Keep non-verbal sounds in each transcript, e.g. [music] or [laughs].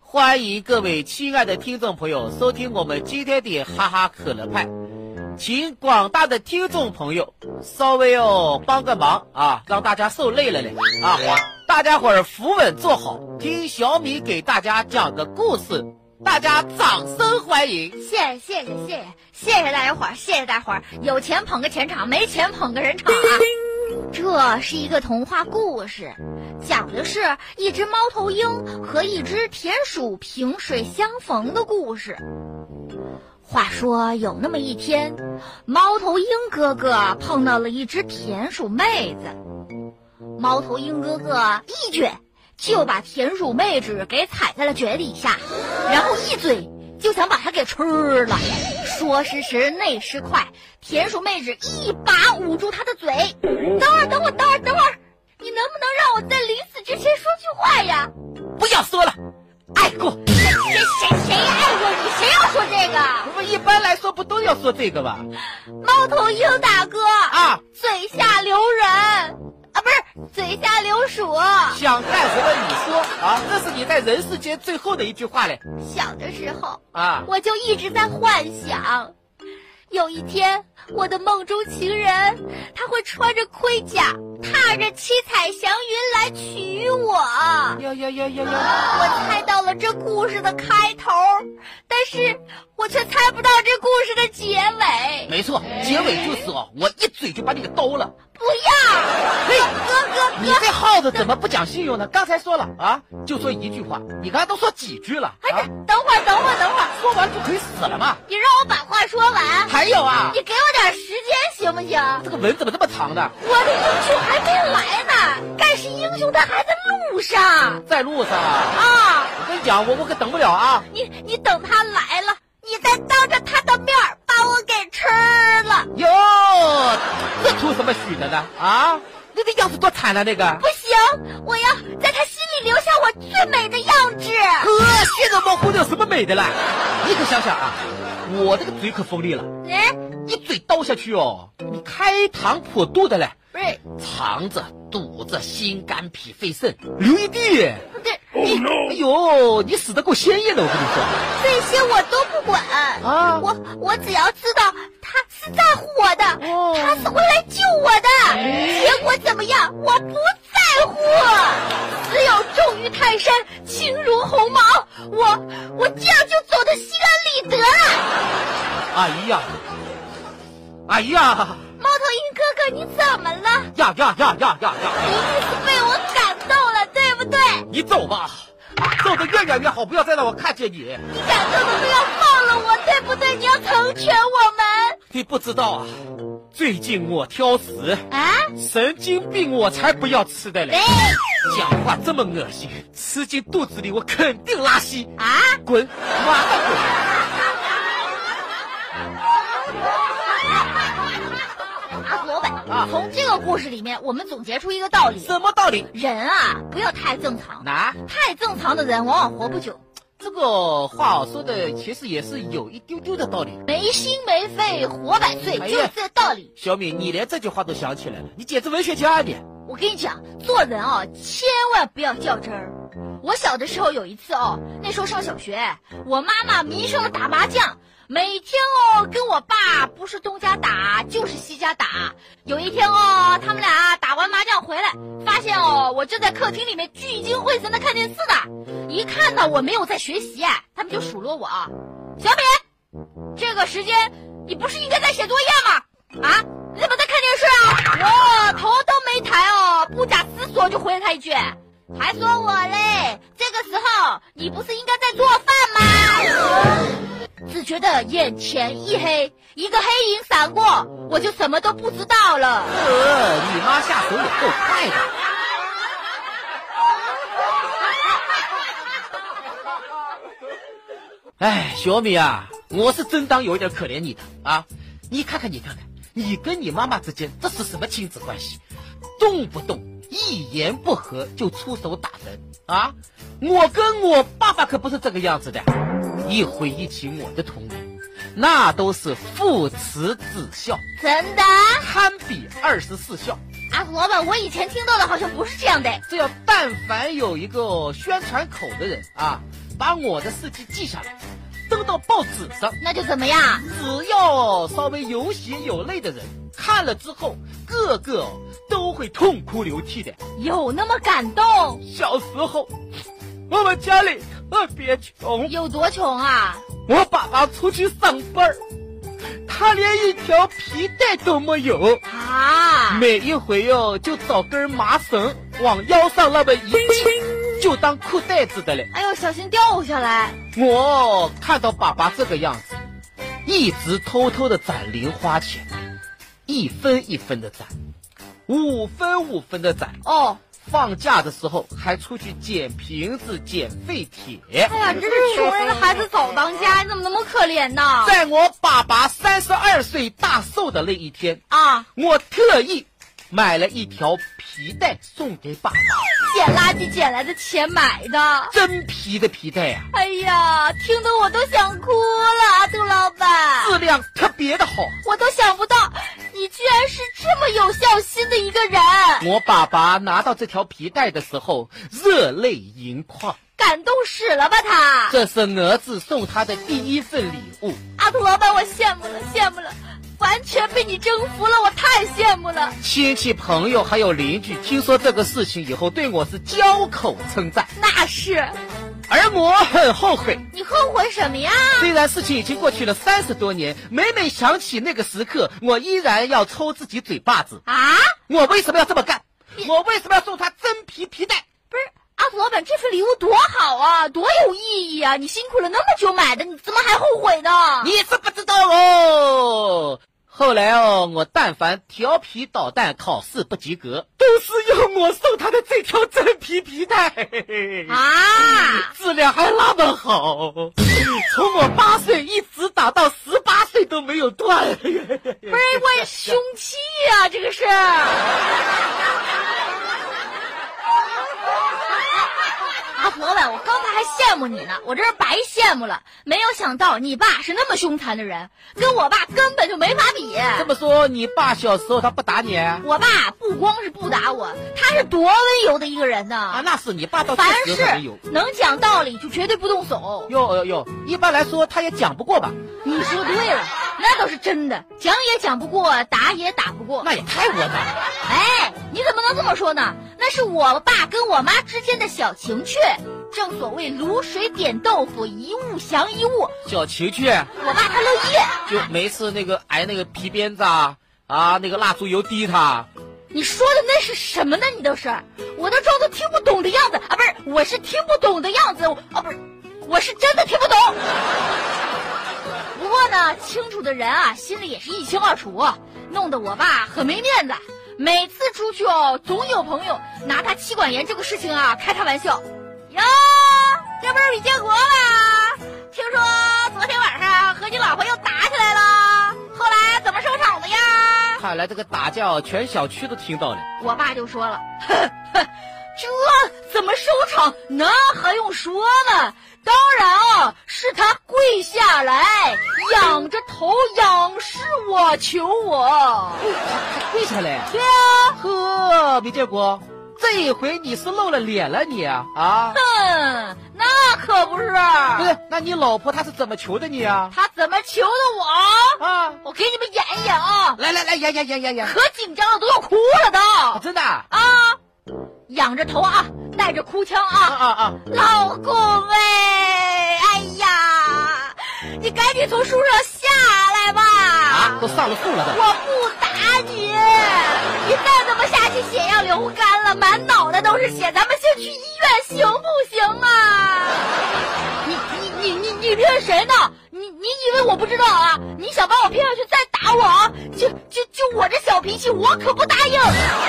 欢迎各位亲爱的听众朋友收听我们今天的哈哈可乐派。请广大的听众朋友稍微哦帮个忙啊，让大家受累了嘞啊！大家伙儿扶稳坐好，听小米给大家讲个故事，大家掌声欢迎。谢谢谢谢谢谢谢谢大家伙儿，谢谢大伙儿，有钱捧个钱场，没钱捧个人场啊！这是一个童话故事，讲的是一只猫头鹰和一只田鼠萍水相逢的故事。话说有那么一天，猫头鹰哥哥碰到了一只田鼠妹子，猫头鹰哥哥一撅就把田鼠妹子给踩在了脚底下，然后一嘴就想把它给吃了。说时迟，那时快，田鼠妹子一把捂住他的嘴，等会儿，等会儿，等会儿，等会儿，你能不能让我在临死之前说句话呀？不要说了，爱过。谁谁谁爱过你？谁要说这个？不是一般来说不都要说这个吗？猫头鹰大哥啊，嘴下留人啊，不是嘴下留鼠。想干什么你说啊，这是你在人世间最后的一句话嘞小的时候，啊！我就一直在幻想，有一天我的梦中情人他会穿着盔甲，踏着七彩祥云来娶我。呀呀呀呀呀！我猜到了这故事的开头，但是我却猜不到这故事的结尾。没错，结尾就是哦，我一嘴就把你给兜了。不要，哥哥你哥。这耗子怎么不讲信用呢？刚才说了啊，就说一句话，你刚才都说几句了哎，啊？等会儿，等会儿，等会儿，说完就可以死了嘛？你让我把话说完，还有啊你，给我点时间行不行？这个吻怎么这么长呢？我的英雄还没来呢，盖世英雄他还在路上在路上啊，啊！我跟你讲，我我可等不了啊！你你等他来了，你再当着他的面儿把我给吃了，哟，这出什么许的呢？啊，那个样子多惨啊，那个。不行，我要在他心里留下我最美的样子。哥，这个猫姑娘有什么美的啦？你可想想啊，我这个嘴可锋利了，哎，一嘴刀下去哦，你开膛破肚的嘞，不是，肠子、肚子、心、肝、脾、肺、肾流一地。不对，你哎呦，你死的够鲜艳的，我跟你这些我都不管说啊。我我只要知道他是在乎我的，哦哎他是会来救我的。结果怎么样，我不在乎。只有重于泰山，轻如鸿毛。我我这样就走的心安理得了。阿姨哎呀，阿姨呀，猫头鹰哥哥，你怎么了？呀呀呀呀呀呀，你一直被我感动了，对不对？你走吧，走得越远越好，不要再让我看见你。你感动的都要忘了我，对不对？你要成全我们你不知道啊，最近我挑食，啊！神经病我才不要吃的嘞。哎讲话这么恶心，吃进肚子里我肯定拉稀。啊！滚，妈的滚！啊，老板，啊从这个故事里面，我们总结出一个道理：什么道理？人啊，不要太正常，拿太正常的人往往活不久，这个话我说的其实也是有一丢丢的道理。没心没肺活百岁，哎呀就是这道理。小米，你连这句话都想起来了，你简直文学家啊你！我跟你讲，做人啊，千万不要较真儿。我小的时候有一次哦，那时候上小学，我妈妈迷上了打麻将，每天哦跟我爸不是东家打就是西家打。有一天哦，他们俩打完麻将回来，发现哦我正在客厅里面聚精会神的看电视呢，一看到我没有在学习，啊他们就数落我，啊小米，这个时间你不是应该在写作业吗？啊，你怎么在看电视啊？我头都没抬哦，不假思索就回了他一句，还说我嘞。这个时候你不是应该在做饭吗？只觉得眼前一黑，一个黑影闪过，我就什么都不知道了。呃，你妈下手也够快的。 [laughs] 哎，小米啊，我是真当有一点可怜你的啊！你看看，你看看，你跟你妈妈之间这是什么亲子关系？动不动一言不合就出手打人啊！我跟我爸爸可不是这个样子的。一回忆起我的童年，那都是父慈子孝。真的，堪比二十四孝。阿罗吧，我以前听到的好像不是这样的。这要但凡有一个宣传口的人啊，把我的事迹记下来，登到报纸上。那就怎么样？只要稍微有血有泪的人看了之后，个个哦都会痛哭流涕的。有那么感动？小时候，我们家里特别穷，有多穷啊？我爸爸出去上班儿，他连一条皮带都没有。啊！每一回哟、就找根麻绳往腰上那么一系，就当裤带子的嘞。哎呦，小心掉下来！我看到爸爸这个样子，一直偷偷的攒零花钱，一分一分的攒，五分五分的攒。哦，放假的时候还出去捡瓶子、捡废铁。哎呀，真嗯是穷人的孩子早当家，你怎么那么可怜呢？在我爸爸三十二岁大寿的那一天，啊，我特意买了一条皮带送给爸爸，捡垃圾捡来的钱买的。真皮的皮带啊呀、哎呀，听得我都想哭了，阿杜老板，质量特别的好。我都想不到你居然是这么有孝心的一个人，我爸爸拿到这条皮带的时候，热泪盈眶。感动死了吧他？这是儿子送他的第一份礼物。阿杜老板，我羡慕了，羡慕了，完全被你征服了，我太羡慕了。亲戚朋友还有邻居听说这个事情以后，对我是交口称赞，那是，而我很后悔。你后悔什么呀？虽然事情已经过去了三十多年，每每想起那个时刻，我依然要抽自己嘴巴子。啊，我为什么要这么干？我为什么要送他真皮皮带？不是，阿杜老板这份礼物多好啊，多有意义啊！你辛苦了那么久买的，你怎么还后悔呢？你是不知道哦。后来哦，我但凡调皮捣蛋、考试不及格，都是用我送他的这条真皮皮带。嘿嘿嘿啊，质量还那么好，从我八岁一直打到十八岁都没有断。不是，我凶器呀、这个是。 [laughs] 阿婆板，我刚才还羡慕你呢，我这是白羡慕了。没有想到你爸是那么凶残的人，跟我爸根本就没法比。这么说，你爸小时候他不打你啊？我爸不光是不打我，他是多温柔的一个人啊，呢。那是你爸倒凡确实很有是。能讲道理，就绝对不动手。哟哟哟，一般来说他也讲不过吧？你说对了，那倒是真的，讲也讲不过，打也打不过。那也太窝囊了。哎，你怎么能这么说呢？那是我爸跟我妈之间的小情趣。正所谓卤水点豆腐，一物降一物。小情趣我爸他乐意。就每次那个挨那个皮鞭子啊，啊那个蜡烛油滴他，你说的那是什么呢？你都是，我都装作听不懂的样子啊！不是，我是听不懂的样子啊！不是，我是真的听不懂。不过呢，清楚的人啊，心里也是一清二楚，弄得我爸很没面子。每次出去哦，总有朋友拿他妻管严这个事情啊开他玩笑。哟，这不是李建国吗？听说昨天晚上和你老婆又打起来了，后来怎么收场的呀？看来这个打架哦全小区都听到了。我爸就说了，哼哼，这怎么收场？那还用说呢？当然啊，是他跪下来，仰着头仰视我，求我。还跪下来。对啊，呵，没见过，这一回你是露了脸了你啊啊！哼，那可不是。不是，那你老婆她是怎么求的你啊？他怎么求的我？啊，我给你们演一演啊，来来来，演演演演演，可紧张了，都要哭了都。啊真的啊啊，仰着头啊，带着哭腔啊啊。啊啊！老顾喂，哎呀，你赶紧从树上下来吧！啊，都上了树了我的，不打你，你再这么下去，血要流干了，满脑袋都是血，咱们先去医院行不行啊？你你你你你骗谁呢？你你以为我不知道啊？你想把我骗上去再打我啊？就就就我这小脾气，我可不答应，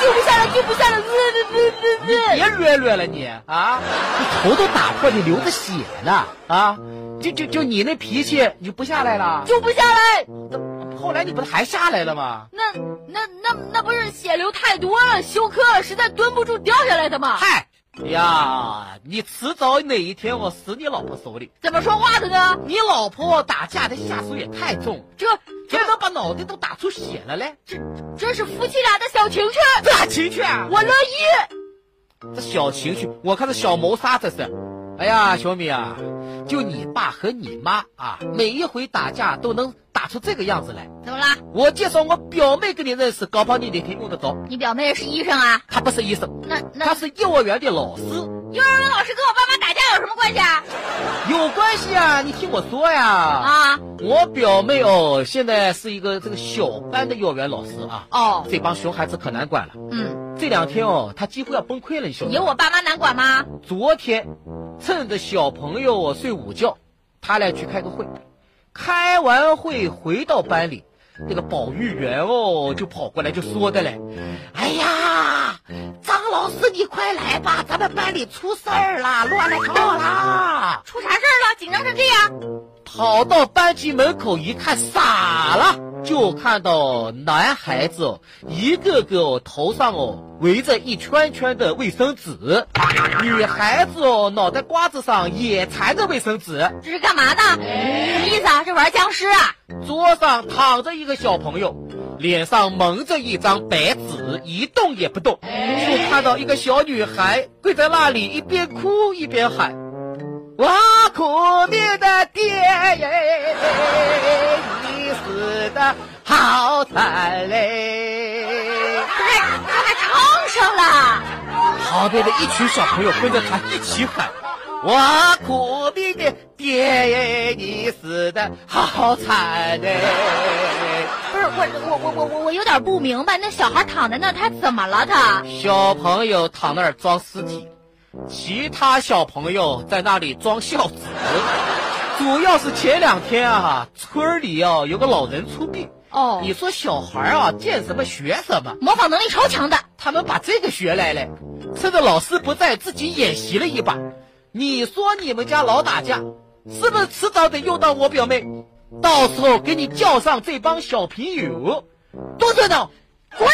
拒不下来，拒不下来，不呃不不不不。别略略了你啊！嗯你头都打破，你流着血呢啊！就就就你那脾气，你不下来了？就不下来。后来你不是还下来了吗？那那那那不是血流太多了，休克了，实在蹲不住掉下来的吗？嗨呀，你迟早哪一天我死你老婆手里。怎么说话的呢？你老婆打架的下手也太重，这这都把脑袋都打出血了嘞！这这是夫妻俩的小情趣，这情绪啊，我乐意。这小情绪，我看这小谋杀这是，哎呀，小米啊，就你爸和你妈啊，每一回打架都能打出这个样子来。怎么啦？我介绍我表妹给你认识，搞不好你哪天用得着。你表妹是医生啊？她不是医生，那那她是幼儿园的老师，幼儿园老师跟我爸妈打架有什么关系啊？有关系啊！你听我说呀，啊，我表妹哦，现在是一个这个小班的幼儿园老师啊，哦，这帮熊孩子可难管了。嗯，这两天哦，她几乎要崩溃了，你晓得有吗？我爸妈难管吗？昨天趁着小朋友哦睡午觉，她俩去开个会，开完会回到班里，那个保育员哦就跑过来就说的嘞，哎呀，张老师你快来吧，咱们班里出事儿啦，乱了套啦！出啥事儿了？紧张成这样？跑到班级门口一看，傻了，就看到男孩子哦，一个个哦头上哦围着一圈圈的卫生纸，女孩子哦脑袋瓜子上也缠着卫生纸，这是干嘛呢？什么意思啊？这玩僵尸啊？桌上躺着一个小朋友，脸上蒙着一张白纸，一动也不动，就看到一个小女孩跪在那里，一边哭一边喊：“我苦命的爹耶，你死的好惨嘞不是，这还唱上了？！”旁边的一群小朋友跟着他一起喊。我苦命的爹耶，你死的好惨嘞！不是我我我我我我有点不明白，那小孩躺在那儿，他怎么了他？小朋友躺那儿装尸体，其他小朋友在那里装孝子。主要是前两天啊，村里啊有个老人出殡，哦，你说小孩儿啊见什么学什么，模仿能力超强的，他们把这个学来了，趁着老师不在自己演习了一把。你说你们家老打架，是不是迟早得用到我表妹？到时候给你叫上这帮小朋友，多热闹！滚！